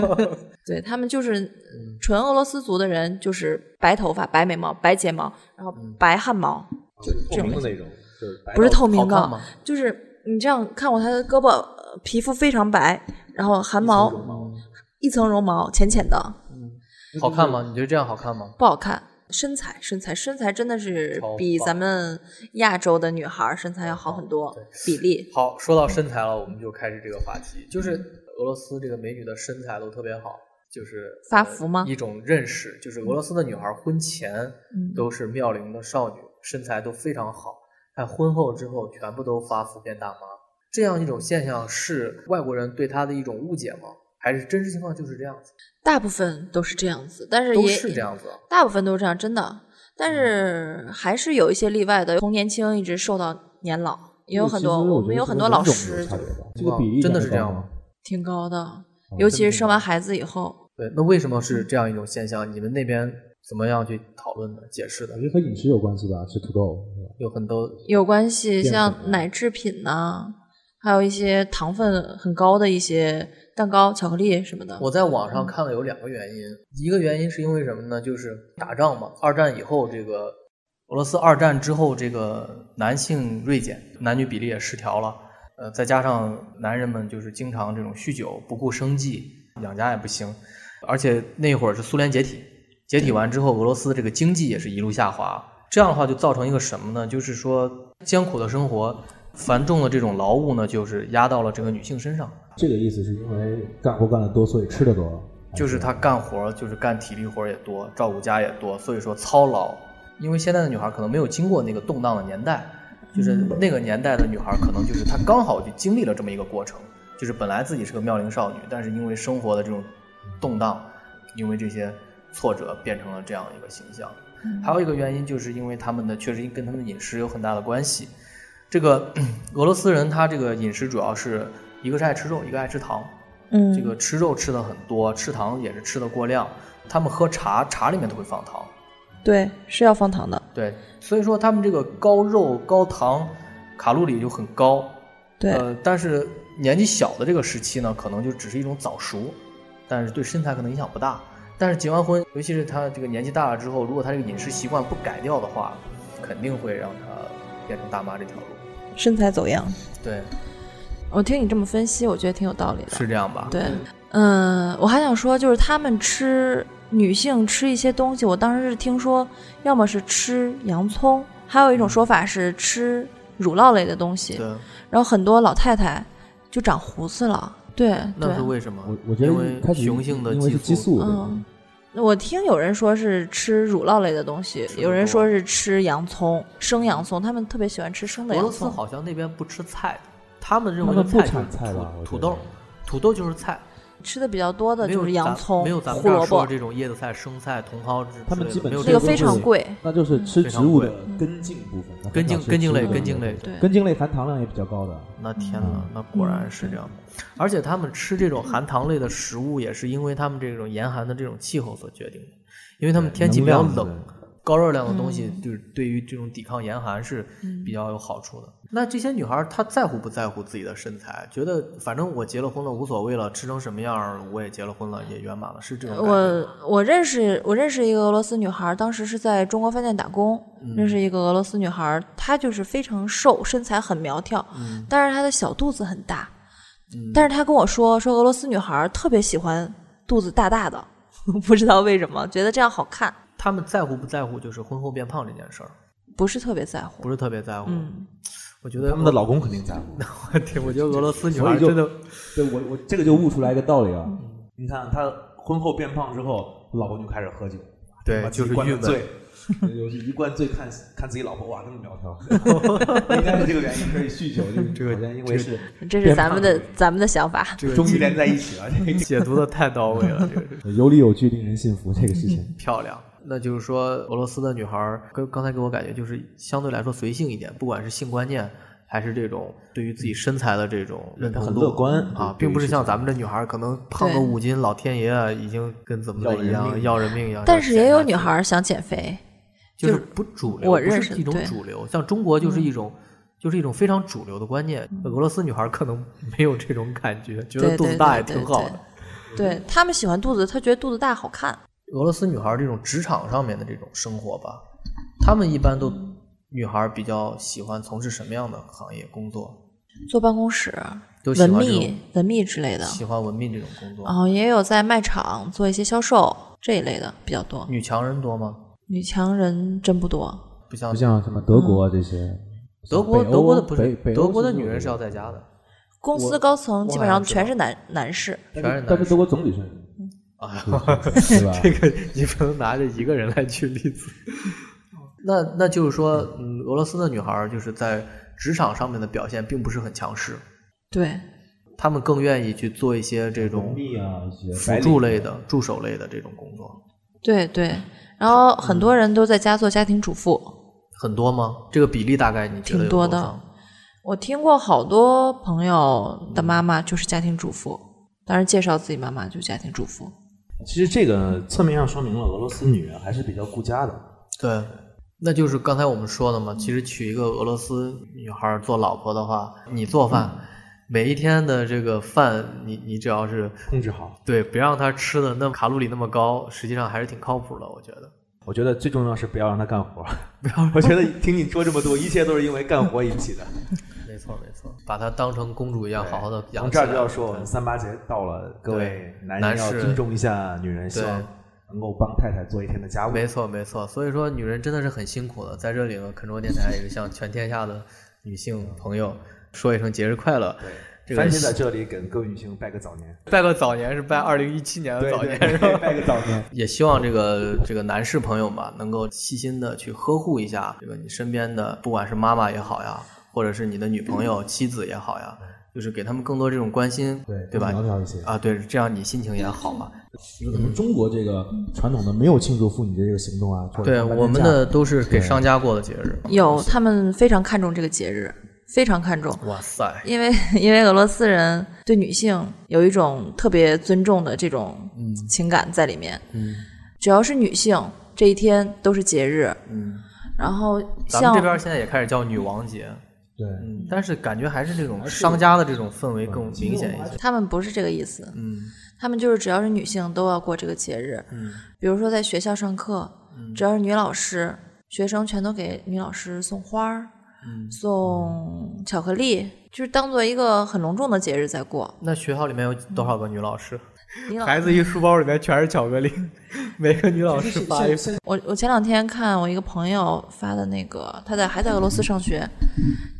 S3: 对他们就是
S2: 嗯
S3: 纯俄罗斯族的人，就是白头发、白眉毛、白睫毛，然后
S2: 嗯
S3: 白汗毛，就这
S5: 透
S3: 种
S5: 明
S3: 类
S5: 的
S3: 型，
S5: 那种，就是白
S3: 不是透明
S2: 好看
S3: 的
S2: 吗，
S3: 就是你这样看过他的胳膊，呃皮肤非常白，然后汗毛
S5: 绒毛
S2: 嗯
S3: 一层绒毛，浅浅的，
S2: 好看吗？你觉得这样好看吗？
S3: 不好看。身材，身材，身材真的是
S2: 超
S3: 比
S2: 棒
S3: 咱们亚洲的女孩儿身材要好很多，比例。
S2: 好，说到身材了，我们就开始这个话题，就是俄罗斯这个美女的身材都特别好，就是
S3: 发
S2: 呃
S3: 福吗嗯
S2: 一种认识，就是俄罗斯的女孩婚前都是妙龄的少女，身材都非常好，但婚后之后全部都发福变大妈。这样一种现象是外国人对她的一种误解吗？还是真实情况就是这样子？
S3: 大部分都是这样子，但是
S2: 都
S3: 也
S2: 是这样子啊。嗯
S3: 大部分都是这样，真的。但是还是有一些例外的，从年轻一直瘦到年老，也有很多，我们有很多老师就
S7: 这个比例
S2: 真的哦是这样吗？
S3: 挺高的，尤其是生完孩子以后，
S2: 对，那为什么是这样一种现象？你们那边怎么样去讨论的、解释的
S7: 我？觉得和饮食有关系吧，吃土豆。
S2: 有很多
S3: 有关系，
S7: 淀粉啊
S3: 像奶制品呐、还有一些糖分很高的一些蛋糕、巧克力什么的。
S2: 我在网上看了有两个原因，一个原因是因为什么呢？就是打仗嘛，二战以后这个俄罗斯二战之后这个男性锐减，男女比例也失调了，呃，再加上男人们就是经常这种酗酒，不顾生计，养家也不行，而且那会儿是苏联解体，解体完之后，俄罗斯这个经济也是一路下滑，这样的话就造成一个什么呢？就是说艰苦的生活。繁重的这种劳务呢，就是压到了这个女性身上，
S7: 这个意思是因为干活干得多，所以吃得多。
S2: 就是她干活儿，就是干体力活儿也多，照顾家也多，所以说操劳。因为现在的女孩儿可能没有经过那个动荡的年代，就是那个年代的女孩儿可能就是她刚好就经历了这么一个过程，就是本来自己是个妙龄少女，但是因为生活的这种动荡，因为这些挫折变成了这样一个形象。还有一个原因就是因为他们的确实跟他们的饮食有很大的关系。这个 俄罗斯人他这个饮食主要是一个是爱吃肉，一个爱吃糖。
S3: 嗯，
S2: 这个吃肉吃的很多，吃糖也是吃的过量。他们喝茶，茶里面都会放糖。
S3: 对是要放糖的，
S2: 对，所以说他们这个高肉高糖，卡路里就很高。
S3: 对，
S2: 呃，但是年纪小的这个时期呢，可能就只是一种早熟，但是对身材可能影响不大。但是结完婚，尤其是他这个年纪大了之后，如果他这个饮食习惯不改掉的话，肯定会让他变成大妈这条路。
S3: 身材走样。
S2: 对，
S3: 我听你这么分析，我觉得挺有道理的。
S2: 是这样吧？
S3: 对，嗯，我还想说，就是他们吃女性吃一些东西，我当时是听说，要么是吃洋葱，还有一种说法是吃乳酪类的东西。
S2: 嗯对，
S3: 然后很多老太太就长胡子了。对对
S2: 那，是为什么？
S7: 我我觉得
S2: 因
S7: 一开
S2: 为
S7: 始
S2: 雄性的
S7: 因为是激素，
S3: 嗯，我听有人说是吃乳酪类的东西，有人说是吃洋葱，生洋葱，他们特别喜欢吃生的
S2: 俄
S3: 洋
S2: 罗斯
S3: 葱。
S2: 好像那边不吃菜的，他们认
S7: 他
S2: 为的
S7: 们不
S2: 菜就
S7: 产
S2: 是
S7: 菜
S2: 土
S7: 吧我
S2: 土
S7: 觉
S2: 豆
S7: 得，
S2: 土豆就是菜，
S3: 吃的比较多的
S2: 没
S3: 就
S2: 有
S3: 是洋
S2: 咱
S3: 葱
S2: 没有咱、们
S3: 胡
S2: 这儿
S3: 萝
S2: 说
S3: 卜
S2: 的，这种叶子菜、生菜、茼蒿之
S7: 他们
S2: 之类的
S7: 基本
S2: 没有
S7: 这
S2: 这
S3: 那个
S2: 种
S7: 个
S3: 非常
S2: 东西
S3: 贵。
S7: 那就是吃植物的根茎部分。它
S2: 根
S7: 很少
S2: 茎
S7: 吃
S2: 根茎类
S7: 植物的
S2: 根茎类
S3: 对
S7: 根茎类含糖量也比较高的。
S2: 那天呐，那果然是这样。而且他们吃这种含糖类的食物，也是因为他们这种严寒的这种气候所决定的，因为他们天气比较
S7: 能
S2: 冷
S7: 量，
S2: 高热量的东西就是对于这种抵抗严寒是比较有好处的。那这些女孩儿她在乎不在乎自己的身材？觉得反正我结了婚了无所谓了，吃成什么样儿我也结了婚了，也圆满了，是这种感觉吗。
S3: 我我认识我认识一个俄罗斯女孩，当时是在中国饭店打工，
S2: 嗯
S3: 认识一个俄罗斯女孩，她就是非常瘦，身材很苗条，
S2: 嗯
S3: 但是她的小肚子很大。但是她跟我说，说俄罗斯女孩特别喜欢肚子大大的， 不知道为什么，觉得这样好看，
S2: 他们在乎不在乎就是婚后变胖这件事儿，
S3: 不是特别在乎。
S2: 不是特别在乎。
S3: 嗯，
S2: 我觉得
S6: 他们的老公肯定在乎。
S2: 我 对，我觉得俄罗斯女
S7: 所
S2: 孩
S7: 以就
S2: 真的
S7: 对我我这个就悟出来一个道理了。
S3: 嗯
S6: 你看她婚后变胖之后，老公就开始喝酒，
S2: 对，
S6: 把
S2: 就
S6: 自
S2: 是
S6: 己灌
S2: 郁
S6: 得
S2: 闷
S6: 醉。。就是一灌醉看看自己老婆哇那么苗 条，应该是这个原因，所以酗酒就是这个好像因为是
S2: 哦
S3: 这是咱们的咱们的想法。
S2: 啊
S6: 终于连在一起了，这个
S2: 解读的太到位了，这个 是
S7: 有理有据，令人信服。这个事情，
S2: 漂亮。那就是说，俄罗斯的女孩儿跟刚才给我感觉就是相对来说随性一点，不管是性观念还是这种对于自己身材的这种认同
S6: 很
S2: 度
S6: 乐观
S2: 啊，
S6: 对
S2: 并不是像咱们这女孩儿可能胖个
S3: 对
S2: 五斤，老天爷啊已经跟怎么的一样要人命一样。
S3: 但是也有女
S2: 孩。
S3: 孩想减肥，
S2: 嗯就是
S3: 就是
S2: 不主流，
S3: 我
S2: 不
S3: 认
S2: 是
S3: 识
S2: 一种
S3: 对嗯
S2: 主流。像中国就是一种，就是一种非常主流的观念。俄罗斯女孩可能没有这种感觉，觉得
S3: 对
S2: 肚子
S3: 对
S2: 大
S3: 对
S2: 也
S3: 对
S2: 挺好
S3: 对
S2: 的。
S3: 对她们喜欢肚子，她觉得肚子大好看。
S2: 俄罗斯女孩这种职场上面的这种生活吧，她们一般都女孩比较喜欢从事什么样的行业工作？
S3: 坐办公室、
S2: 都喜
S3: 文
S2: 欢这
S3: 秘
S2: 种、
S3: 文秘之类的，
S2: 喜欢文秘这种工作。
S3: 然后哦也有在卖场做一些销售这一类的比较多。
S2: 女强人多吗？
S3: 女强人真不多，
S2: 不像
S6: 不像什么德国啊这些，
S2: 嗯德国，
S6: 北欧
S2: 德国的不
S6: 北
S2: 是
S6: 北欧
S2: 德国的
S6: 是不
S2: 女
S6: 是
S2: 人是要在家的，
S3: 公司
S2: 我
S3: 高层
S2: 我
S3: 基
S2: 好
S3: 本
S2: 像
S3: 上
S2: 知
S3: 全
S2: 道
S3: 是男男士。
S2: 全
S6: 但
S2: 是
S6: 但
S2: 男
S6: 是
S2: 士
S6: 德国总理是女
S2: 啊。
S6: 的，是吧？
S2: 这个你不能拿着一个人来举例子。 那那就是说，嗯，俄罗斯的女孩儿就是在职场上面的表现并不是很强势，
S3: 对，
S2: 她们更愿意去做一些这种
S6: 密啊，一些
S2: 辅助类的、助手类的这种工作，
S3: 对对，然后
S2: 嗯
S3: 很多人都在家做家庭主妇，
S2: 很多吗？这个比例大概你觉得
S3: 挺
S2: 有
S3: 多
S2: 少
S3: 的。我听过好多朋友的妈妈就是家庭主妇，当时介绍自己妈妈就家庭主妇。
S6: 其实这个侧面上说明了俄罗斯女人还是比较顾家的。
S2: 对，那就是刚才我们说的嘛，其实娶一个俄罗斯女孩儿做老婆的话，你做饭，
S3: 嗯
S2: 每一天的这个饭，你你只要是
S6: 控制好，
S2: 对，别让她吃的那么卡路里那么高，实际上还是挺靠谱的，我觉得。
S6: 我觉得最重要是不要让她干活。不要， 我觉得听你说这么多，一切都是因为干活引起的。
S2: 没错没错，把她当成公主一样，好好的养
S6: 从
S2: 起
S6: 这
S2: 来。
S6: 儿就要说，我们三八节到了，各位
S2: 对
S6: 男
S2: 男
S6: 人要
S2: 士
S6: 尊重一下女人，希
S2: 对
S6: 望能够帮太太做一天的家务。
S2: 没错没错，所以说女人真的是很辛苦的，在这里呢，肯卓电台也是向全天下的女性朋友说一声节日快乐。这个
S6: 番茄在这里给各位女性拜个早年，
S2: 拜个早年是拜二零一七年的早年是吧？
S6: 拜个早 年。
S2: 也希望这个这个男士朋友吧，能够细心的去呵护一下这个你身边的，不管是妈妈也好呀，或者是你的女朋友、妻子也好呀，就是给他们更多这种关心，对
S5: 对
S2: 吧
S5: 多？聊聊一些
S2: 啊，对，这样你心情也好嘛。
S5: 因为咱们中国这个传统的没有庆祝妇女的这个行动啊，或者
S2: 对，
S5: 上班
S2: 我们
S5: 假
S2: 的都是给商家过的节日。
S3: 有，他们非常看重这个节日，非常看重。
S2: 哇塞，
S3: 因为因为俄罗斯人对女性有一种特别尊重的这种
S2: 嗯
S3: 情感在里面，嗯，只要是女性，这一天都是节日，
S2: 嗯，
S3: 然后
S2: 咱们
S3: 像
S2: 这边现在也开始叫女王节，
S5: 对，
S2: 嗯，但是感觉还是这嗯种商家的这种氛围更明显一些。
S3: 他们不是这个意思，
S2: 嗯
S3: 他们就是只要是女性都要过这个节日，
S2: 嗯，
S3: 比如说在学校上课，只要是女老师，学生全都给女老师送花儿，
S2: 嗯
S3: 送巧克力，就是当做一个很隆重的节日在过。
S2: 那学校里面有多少个女老师？
S3: 女老
S2: 嗯孩子一书包里面全是巧克 力，每个女老师发一份。
S3: 我我前两天看我一个朋友发的那个，他在还在俄罗斯上学，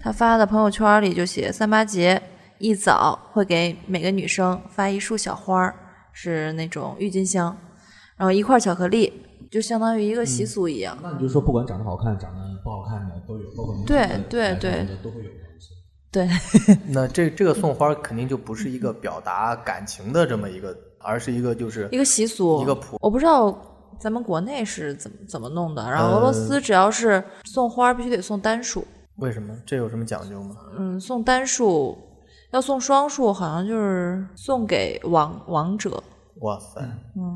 S3: 他发的朋友圈里就写三八节一早会给每个女生发一束小花儿，是那种郁金香，然后一块巧克力，就相当于一个习俗
S2: 嗯
S3: 一样。
S5: 那你就说不管长得好看、长得不好看的都有，包括明星
S3: 对
S5: 的
S3: 对
S5: 来
S3: 对
S5: 访的都会有的。
S3: 对，
S2: 那这这个送花肯定就不是一个表达感情的这么一个，而是一个就是
S3: 一个习俗，
S2: 一个谱。
S3: 我不知道咱们国内是怎么怎么弄的，然后
S2: 呃
S3: 俄罗斯只要是送花儿必须得送单数，
S2: 为什么？这有什么讲究吗？
S3: 嗯，送单数。要送双数，好像就是送给王王者，
S2: 哇塞，
S3: 嗯，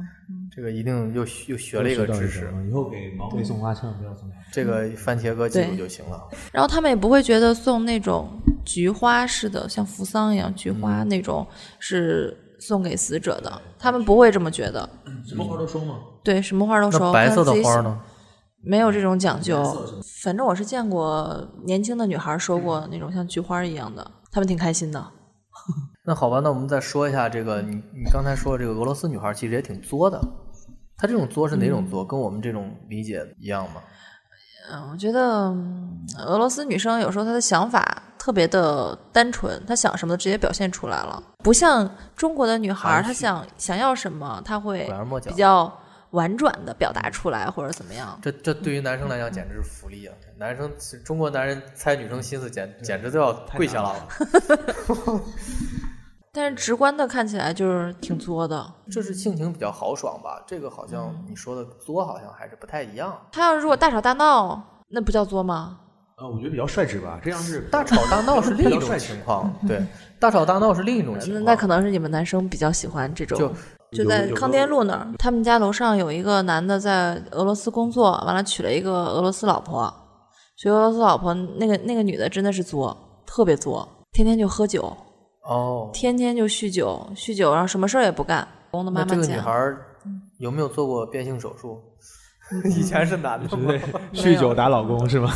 S2: 这个一定又又学了一个知识。
S5: 嗯以后给毛妹送花千万不要送花。
S2: 这个番茄哥记住
S3: 对
S2: 就行了。
S3: 然后他们也不会觉得送那种菊花似的，像扶桑一样菊
S2: 嗯
S3: 花那种是送给死者的，他们不会这么觉得。
S5: 什
S6: 嗯
S5: 么花都收吗？
S3: 对，什么花都收，
S2: 那白色的
S3: 看自己
S2: 花
S3: 喜
S2: 呢？
S3: 没有这种讲究。反正我是见过年轻的女孩收过那种像菊花一样的，她们挺开心的。
S2: 那好吧，那我们再说一下这个，你你刚才说这个俄罗斯女孩其实也挺作的，她这种作是哪种作？跟我们这种理解一样吗？
S3: 嗯，我觉得嗯俄罗斯女生有时候她的想法特别的单纯，她想什么直接表现出来了，不像中国的女孩
S2: 含
S3: 儿，
S2: 蓄
S3: 她想想要什么，她会
S2: 拐弯抹角
S3: 比较婉转的表达出来或者怎么样。
S2: 这这对于男生来讲简直是福利啊！男生中国男人猜女生心思简简直都要跪下了。
S3: 但是直观的看起来就是挺作的。
S2: 这是性情比较豪爽吧？这个好
S6: 嗯
S2: 像你说的作好像还是不太一样。
S3: 她要是如果大吵大闹，那不叫作吗？
S6: 呃，我觉得比较率直吧，这样是
S2: 大吵大 闹是另一
S6: 比较
S2: 种
S6: 帅气
S2: 情况，对，大吵大闹是另一种情
S3: 那
S2: 况。
S3: 那可能是你们男生比较喜欢这种，
S2: 就
S3: 就在康店路那儿，他们家楼上有一个男的在俄罗斯工作，完了娶了一个俄罗斯老婆，娶俄罗斯老婆，那个那个女的真的是作，特别作，天天就喝酒，
S2: 哦，
S3: 天天就酗酒，酗酒，然后什么事儿也不干。公的妈嗯
S2: 那
S3: 妈
S2: 这个
S3: 讲，
S2: 女孩儿有没有做过变性手术？
S10: 以前是男的吗？
S5: 酗酒打老公是吗？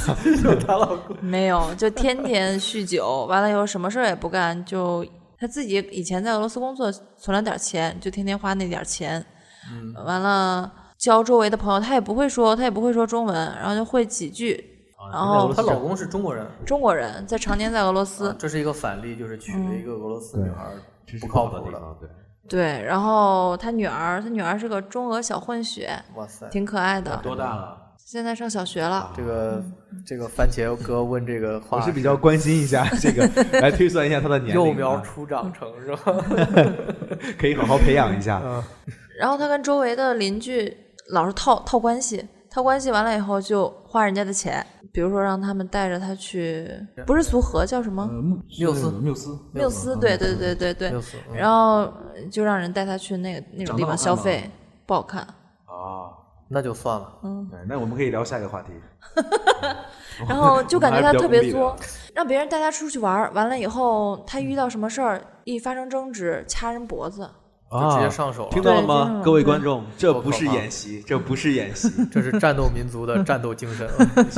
S10: 她老公
S3: 没有，就天天酗酒，完了以后什么事儿也不干，就他自己以前在俄罗斯工作存了点钱，就天天花那点钱，
S2: 嗯
S3: 完了交周围的朋友，他也不会说，他也不会说中文，然后就会几句，
S6: 啊
S3: 然
S5: 哦
S3: 后
S2: 哦她老公是中国人，啊
S3: 中国人在常年在俄罗斯，
S2: 这是一个反例，就是娶了一个俄罗斯女孩，
S6: 嗯这是
S2: 不靠谱
S6: 的地啊
S2: 的。
S6: 方，对。
S3: 对，然后他女儿，他女儿是个中俄小混血，
S2: 哇塞，
S3: 挺可爱的，
S6: 多大了？
S3: 现在上小学了。
S2: 这个这个番茄哥问这个话
S5: 我是比较关心一 下这个，来推算一下他的年龄啊，
S10: 幼苗初长成是吧？
S5: 可以好好培养一 下。
S6: 呃
S10: 嗯，
S3: 然后他跟周围的邻居老是套套关系，套关系完了以后就花人家的钱，比如说让他们带着他去，不是俗河叫什么？
S7: 嗯
S2: 缪斯
S10: 缪斯，
S3: 缪
S6: 嗯
S3: 斯，对对对对对
S2: 六，四，嗯
S3: 然后就让人带他去那个那种地方消费，不好看。
S6: 啊，
S2: 那就算了。
S6: 嗯对，那我们可以聊下一个话 题。
S3: 然后就感觉他特别
S6: 我
S3: 作，让别人带他出去玩儿，完了以后他遇到什么事儿，一发生争执掐人脖子，
S2: 就直接上手了
S6: 听到了
S3: 对听到
S6: 吗
S3: 了，
S6: 各位观众？这
S2: 多可
S6: 不是
S2: 怕
S6: 演习，这不是演 习，
S2: 这是战斗民 族的战斗精神。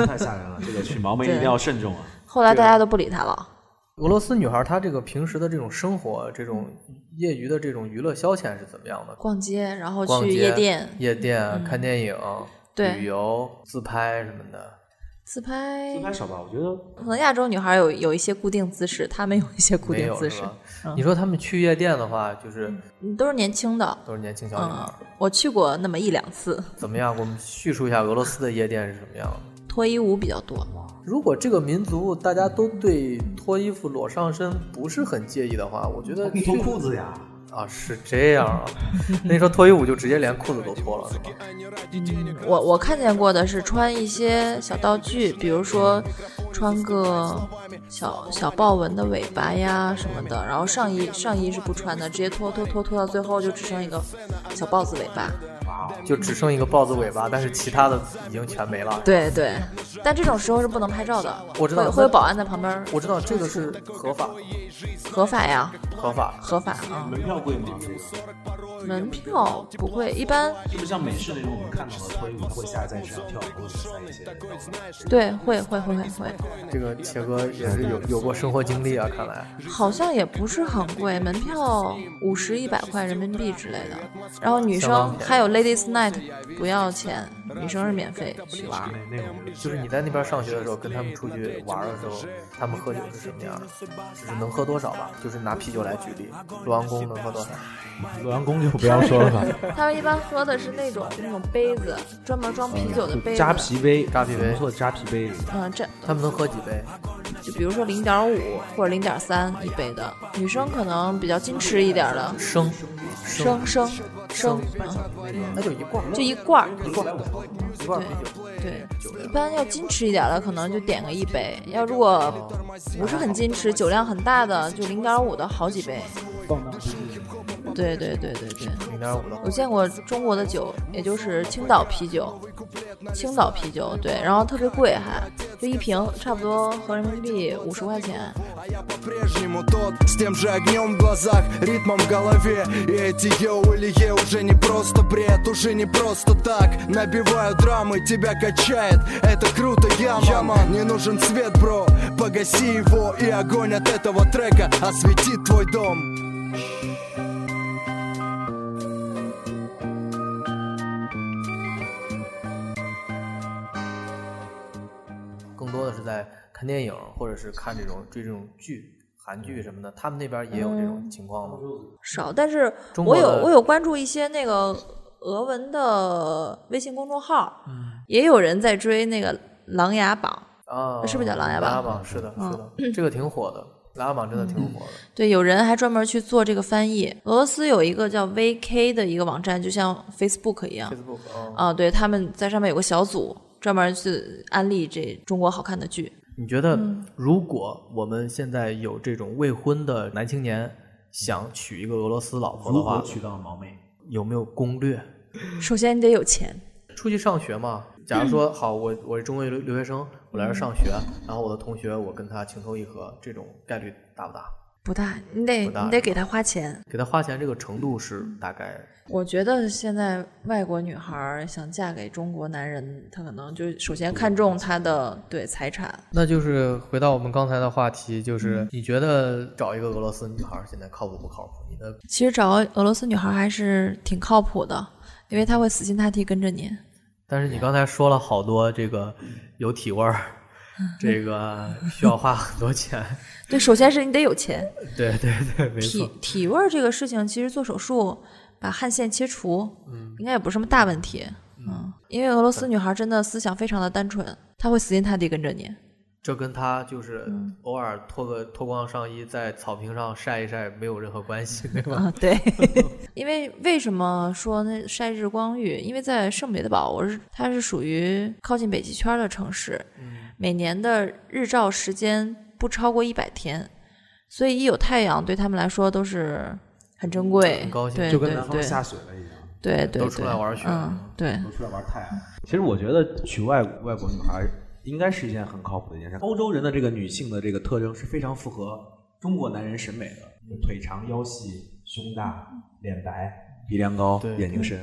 S6: 太吓人了。这个 娶毛妹一定要慎重啊！
S3: 后来大家都不理他了。
S2: 俄罗斯女孩她这个平时的这种生活，这种业余的这种娱乐消遣是怎么样的？
S3: 逛街，然后
S2: 逛
S3: 去
S2: 街、
S3: 夜店嗯
S2: 夜店看电影、
S3: 对
S2: 旅游、自拍什么的。
S3: 自拍
S6: 自，拍少吧，我觉得
S3: 可能亚洲女孩有有一些固定姿势，她们有一些固
S2: 没
S3: 定
S2: 有
S3: 姿
S2: 是
S3: 势
S2: 吧，你说他们去夜店的话，就是
S3: 嗯都是年轻的。
S2: 都是年轻小女孩
S3: 嗯
S2: 儿，，
S3: 我去过那么一两次，
S2: 怎么样？我们叙述一下俄罗斯的夜店是什么样的？
S3: 脱衣舞比较多。
S2: 如果这个民族大家都对脱衣服裸上身不是很介意的话，我觉得
S7: 哦你脱裤子呀？
S2: 啊是这样啊。 那你说脱衣舞就直接连裤子都脱了是吧？
S3: 我我看见过的是穿一些小道具，比如说穿个小小豹纹的尾巴呀什么的，然后上衣上衣是不穿的，直接脱脱脱脱到最后就只剩一个小豹子尾巴。
S2: 就只剩一个豹子尾巴，但是其他的已经全没了。
S3: 对对，但这种时候是不能拍照的，
S2: 我知道
S3: 会会有保安在旁边，
S2: 我知道这个是合法
S3: 合法呀，
S2: 合法，
S3: 合法啊。
S6: 门票贵吗？这个是
S3: 门票不贵，一般
S6: 不是像美式那种我们看到的脱衣舞会下来在地上跳舞或者在一些？
S3: 对会会会会会，
S2: 这个切哥也是有有过生活经历啊，看来
S3: 好像也不是很贵，门票五十一百块人民币之类的。然后女
S2: 相当
S3: 生
S2: 便宜
S3: 还有 Ladies Night 不要钱，女生是免费去玩。
S6: 那那种
S2: 就是你在那边上学的时候，跟他们出去玩的时候，他们喝酒是什么样的？就是能喝多少吧？就是拿啤酒来举例，卢王宫能喝多少？
S5: 洛阳宫就不要说了吧，
S3: 他们一般喝的是那种那种杯子，专门装啤酒的
S7: 嗯
S3: 杯子，
S5: 扎啤杯，
S2: 扎啤杯
S5: 不错，扎啤杯。
S3: 嗯，这
S2: 他们能喝几杯？
S3: 就比如说零点五或者零点三一杯的，女生可能比较矜持一点儿的，
S2: 升，
S3: 生生生，
S2: 那就一罐儿，
S3: 嗯，就一罐儿，
S2: 一罐儿啤酒，一罐儿啤酒。
S3: 对，一般要矜持一点的，可能就点个一杯；要如果不是很矜持，酒量很大的，就零点五的好几杯。对对对对对，
S2: 零点五的
S3: 我见过中国的酒，也就是青岛啤酒，青岛啤酒对，然后特别贵还，就一瓶差不多合人民币五十块钱。
S11: Я по-прежнему тот, с тем же огнем в глазах, ритмом в голове И эти йоу или е уже не просто бред, уже не просто так Набиваю драмы, тебя качает, это круто, яма Не нужен свет, бро, погаси его И огонь от этого трека осветит твой дом
S2: 更多的是在看电影，或者是看这种追这种剧、韩剧什么的。他们那边也有这
S3: 嗯
S2: 种情况吗？
S3: 少，但是
S2: 中国
S3: 我有
S2: 的
S3: 我有关注一些那个俄文的微信公众号，
S2: 嗯
S3: 也有人在追那个《琅琊榜》。
S2: 啊，
S3: 是不是叫琅琊榜
S2: 琅琊榜是的，
S3: 嗯
S2: 是的，这个挺火的，琅琊榜真的挺火的。
S3: 对，有人还专门去做这个翻译。俄罗斯有一个叫 VK 的一个网站，就像 Facebook 一样
S2: Facebook 啊，
S3: 啊，对，他们在上面有个小组，专门去安利这中国好看的剧。
S2: 你觉得
S3: 嗯
S2: 如果我们现在有这种未婚的男青年想娶一个俄罗斯老婆的
S6: 如何
S2: 话，
S6: 娶到毛妹？
S2: 有没有攻略？
S3: 嗯首先你得有钱，
S2: 出去上学嘛，假如说好，我我是中国留留学生，我来这儿上学，然后我的同学我跟他情投意合，这种概率大不大？
S3: 不大，你得
S2: 不大
S3: 你得给她花钱。
S2: 给他花钱这个程度是大概
S3: 我觉得现在外国女孩儿想嫁给中国男人，她可能就首先看重她的对财产，
S2: 那就是回到我们刚才的话题，就是你觉得找一个俄罗斯女孩儿现在靠谱不靠谱？你的
S3: 其实找俄罗斯女孩还是挺靠谱的，因为她会死心塌地跟着你。
S2: 但是你刚才说了好多这个有体味儿， 这个需要花很多钱。
S3: 对，首先是你得有钱。
S2: 对对对，没
S3: 体
S2: 错。
S3: 体味儿这个事情，其实做手术把汗腺切除，
S2: 嗯
S3: 应该也不是什么大问题。嗯，因为俄罗斯女孩真的思想非常的单纯，她会死心塌地跟 着你。
S2: 这跟他就是偶尔脱个脱光上衣在草坪上晒一晒没有任何关系，对吧？
S3: 啊，对， 因为为什么说那晒日光浴？因为在圣彼得堡，我是它是属于靠近北极圈的城市，
S2: 嗯
S3: 每年的日照时间不超过一百天，所以一有太阳对他们来说都是很珍
S2: 嗯
S3: 贵，
S2: 很高兴
S3: 对
S6: 就跟
S3: 对
S6: 南方
S3: 对
S6: 下雪了一样
S3: 对对，
S2: 都出来
S3: 对
S2: 玩雪
S3: 嗯，对，
S6: 出来玩太阳。
S7: 其实我觉得娶外外国女孩应该是一件很靠谱的一件事。欧洲人的这个女性的这个特征是非常符合中国男人审美的，腿长腰细、胸大、脸白、鼻梁高、眼睛深，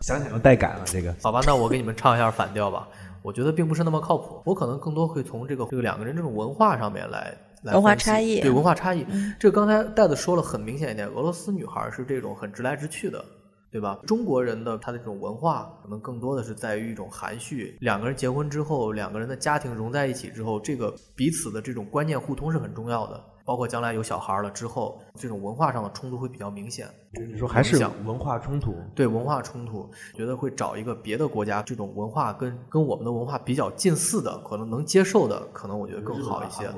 S7: 想想就带感了。这个
S2: 好吧，那我给你们唱一下反调吧。我觉得并不是那么靠谱，我可能更多会从这个这个两个人这种文化上面来。来
S3: 文化
S2: 分析
S3: 差异嗯
S2: 对文化差异，这个刚才戴子说了很明显一点，俄罗斯女孩是这种很直来直去的，对吧？中国人的他的这种文化，可能更多的是在于一种含蓄。两个人结婚之后，两个人的家庭融在一起之后，这个彼此的这种观念互通是很重要的。包括将来有小孩了之后，这种文化上的冲突会比较明显。
S7: 你说还是
S2: 影响
S7: 文化冲突，
S2: 对文化冲突，觉得会找一个别的国家这种文化跟跟我们的文化比较近似的，可能能接受的，可能我觉得更
S7: 啊
S2: 好一些。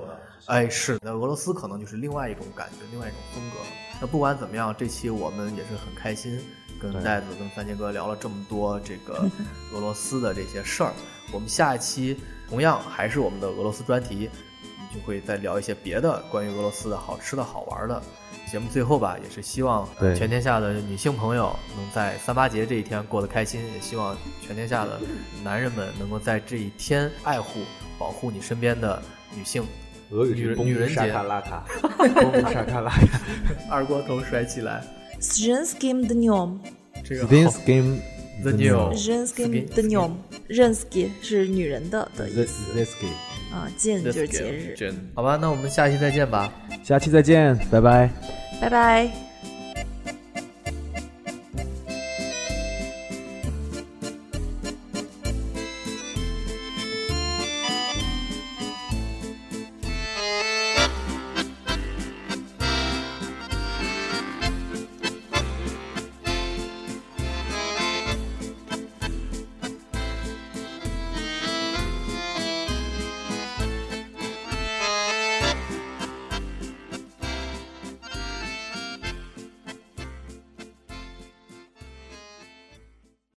S2: 哎，是，那俄罗斯可能就是另外一种感觉，另外一种风格。那不管怎么样，这期我们也是很开心，跟
S7: 对
S2: 袋子、跟番茄哥聊了这么多这 个俄罗斯的这些事儿。我们下一期同样还是我们的俄罗斯专题，就会再聊一些别的关于俄罗斯的好吃的好玩的。节目最后吧，也是希望
S7: 对
S2: 全天下的女性朋友能在三八节这一天过得开心，也希望全天下的男人们能够在这一天爱护、保护你身边的女性。
S7: 俄语
S2: 女
S7: 是
S2: 人
S7: 崩
S2: 女人
S7: 沙
S2: 节
S7: 卡，拉卡， 崩沙卡拉卡，
S2: 二锅头甩起来，
S3: s z h e n s k i m dniem，
S2: 这个
S7: s i n
S2: 好
S7: s k i m
S2: The New
S3: z h e n s k i m
S2: Skin-
S3: dniem。r e n s k i 是女人的的意
S7: The
S3: 思
S7: z i s k
S3: 啊，进就是节日，
S2: 好吧，那我们下期再见吧。
S7: 下期再见，拜拜。
S3: 拜拜。